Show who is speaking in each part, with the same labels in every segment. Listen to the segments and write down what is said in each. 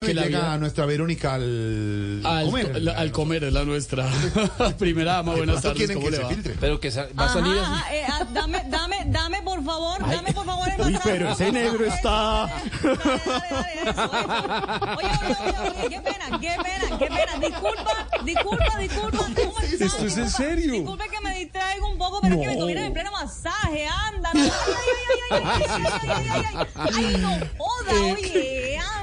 Speaker 1: que
Speaker 2: la
Speaker 1: llega
Speaker 2: vida-
Speaker 1: a nuestra Verónica al,
Speaker 2: Al
Speaker 1: comer.
Speaker 2: comer, la, al comer es la nuestra. Primera ama, buenas
Speaker 1: ¿Cuánto
Speaker 2: tardes,
Speaker 1: quieren
Speaker 2: ¿cómo
Speaker 1: que
Speaker 2: le
Speaker 1: se
Speaker 2: va?
Speaker 1: filtre?
Speaker 3: Pero que sa- va a salir
Speaker 4: Ajá,
Speaker 3: así.
Speaker 4: ajá, eh, ah, dame, dame, dame por favor, dame por favor el
Speaker 5: Uy,
Speaker 4: matraco.
Speaker 5: pero ese negro está.
Speaker 4: Dale, dale, dale, eso, eso. Oye, oye, oye, oye, qué pena, qué pena, qué pena. Disculpa, disculpa, disculpa. ¿Cómo estás?
Speaker 5: Esto es en
Speaker 4: Disculpa,
Speaker 5: serio.
Speaker 4: Disculpa que me distraigo un poco, pero es que me
Speaker 5: No.
Speaker 4: tuvieron en pleno masaje. Anda, no. Ay, ay, ay, ay, ay, ay, ay, ay, ay, ay, ay, no joda,
Speaker 5: Eh,
Speaker 4: oye, anda.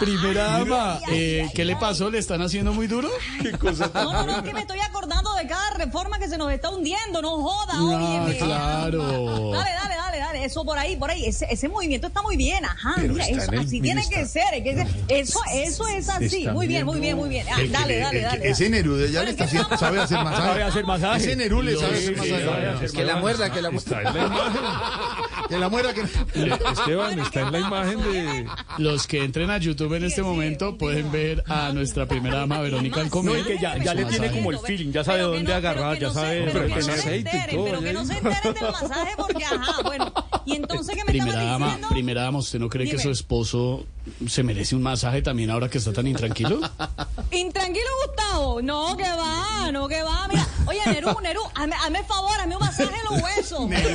Speaker 2: Primera ama,
Speaker 4: Ay, ay,
Speaker 2: eh,
Speaker 4: ay,
Speaker 2: ¿qué le
Speaker 4: ay.
Speaker 2: pasó? ¿Le están haciendo muy duro?
Speaker 4: No, no, no, es que me estoy acordando de cada reforma que se nos está hundiendo, no joda,
Speaker 2: Ah,
Speaker 4: oye.
Speaker 2: claro.
Speaker 4: Dale, dale, dale, dale, eso por ahí, por ahí, ese, ese movimiento está muy bien, ajá,
Speaker 1: Pero
Speaker 4: mira,
Speaker 1: está
Speaker 4: eso,
Speaker 1: en el
Speaker 4: así tiene que ser, es que ese- eso, eso es así,
Speaker 5: Está
Speaker 4: muy bien, muy bien, muy bien, Ah,
Speaker 1: El que
Speaker 4: dale,
Speaker 1: le-
Speaker 4: dale,
Speaker 1: el que-
Speaker 4: dale.
Speaker 1: Ese
Speaker 4: dale.
Speaker 1: Neruda ya le está haciendo, sabe hacer masaje.
Speaker 5: Sabe hacer masaje.
Speaker 1: Ese Neruda sabe hacer
Speaker 2: Sí, sí, sabe
Speaker 1: masaje.
Speaker 2: hacer
Speaker 3: Que la muerda, que la muerda.
Speaker 6: Está en la imagen.
Speaker 1: Que la muera que...
Speaker 6: Eh, Esteban, está en la imagen de.
Speaker 2: Los que entren a YouTube en este momento pueden ver a nuestra primera ama, Verónica, al
Speaker 5: No,
Speaker 2: comer.
Speaker 5: y que ya, ya le tiene como el feeling, ya sabe
Speaker 4: Pero que
Speaker 5: dónde
Speaker 4: no-
Speaker 5: agarrar,
Speaker 4: pero que
Speaker 5: ya
Speaker 4: no se-
Speaker 5: sabe.
Speaker 4: Pero que no
Speaker 6: tiene
Speaker 4: se
Speaker 6: aceite y
Speaker 4: enteren,
Speaker 6: todo,
Speaker 4: pero que
Speaker 6: ¿eh?
Speaker 4: no se enteren del masaje porque, ajá, bueno, y entonces que me estabas
Speaker 2: Primera dama,
Speaker 4: diciendo...
Speaker 2: primera dama, ¿usted no cree que
Speaker 4: Dime.
Speaker 2: su esposo se merece un masaje también ahora que está tan intranquilo?
Speaker 4: Intranquilo, Gustavo. No, que va, no, que va. Mira, oye, Nerú, Nerú, hazme, hazme el favor, hazme un masaje en los huesos. No, no, no, no,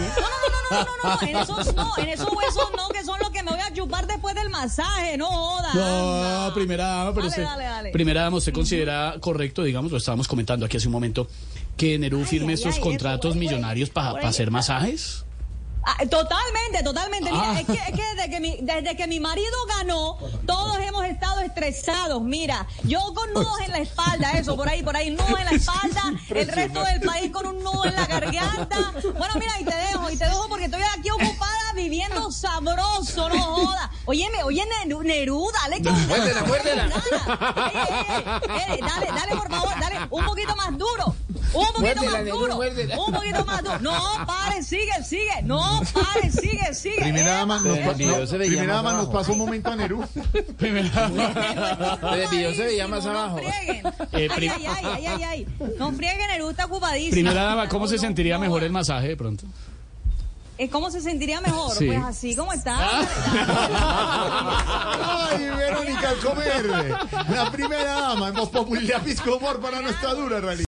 Speaker 4: no, no, no, no, en esos no, en esos huesos no, que son los que me voy a chupar después del masaje, no jodas.
Speaker 2: No,
Speaker 4: anda.
Speaker 2: primera dama, pero usted,
Speaker 4: Dale, dale, dale.
Speaker 2: primera dama, usted considera correcto, digamos, lo estábamos comentando aquí hace un momento, que Nerú firme
Speaker 4: ay,
Speaker 2: estos
Speaker 4: ay,
Speaker 2: contratos
Speaker 4: eso, güey,
Speaker 2: millonarios para
Speaker 4: güey.
Speaker 2: hacer masajes?
Speaker 4: Ah, totalmente, totalmente. Mira,
Speaker 2: Ah.
Speaker 4: es que, es que desde, que mi, desde que mi marido ganó, todos hemos estado estresados. Mira, yo con nudos en la espalda, eso, por ahí, por ahí, nudos en la espalda, el resto del país con un nudo en la garganta. Bueno, mira, y te dejo, y te dejo porque estoy aquí ocupada viviendo sabroso, no joda. Óyeme, oye, Neru- Nerú, dale con
Speaker 3: Muérdela,
Speaker 4: ganas,
Speaker 3: muérdela.
Speaker 4: dale con ganas. Ey, ey, ey, ey, dale, dale, por favor, dale, un poquito más duro, un poquito
Speaker 3: Muérdela,
Speaker 4: más
Speaker 3: Nerú,
Speaker 4: duro,
Speaker 3: muérdela.
Speaker 4: un poquito más duro. No, pare, sigue, sigue. No, pare, sigue, sigue.
Speaker 1: Primera dama nos,
Speaker 3: Pero el
Speaker 1: pa-
Speaker 3: video
Speaker 1: no,
Speaker 3: se veía
Speaker 1: primera
Speaker 3: más
Speaker 1: dama nos
Speaker 3: abajo.
Speaker 1: pasó un momento a Nerú.
Speaker 2: Primera dama.
Speaker 3: Pero el video se veía más
Speaker 4: No
Speaker 3: abajo.
Speaker 4: frieguen.
Speaker 2: Eh,
Speaker 4: ay,
Speaker 2: prim-
Speaker 4: ay, ay, ay, ay, ay. No frieguen, el está ocupadísimo.
Speaker 2: Primera dama, ¿cómo
Speaker 4: No,
Speaker 2: se
Speaker 4: no,
Speaker 2: sentiría
Speaker 4: no.
Speaker 2: mejor el masaje de pronto?
Speaker 4: Eh, ¿Cómo se sentiría mejor?
Speaker 2: Sí.
Speaker 4: Pues así como está.
Speaker 3: Ah.
Speaker 1: Ay, Verónica al comer. La primera dama en Voz Popular Pisco Humor para nuestra dura realidad.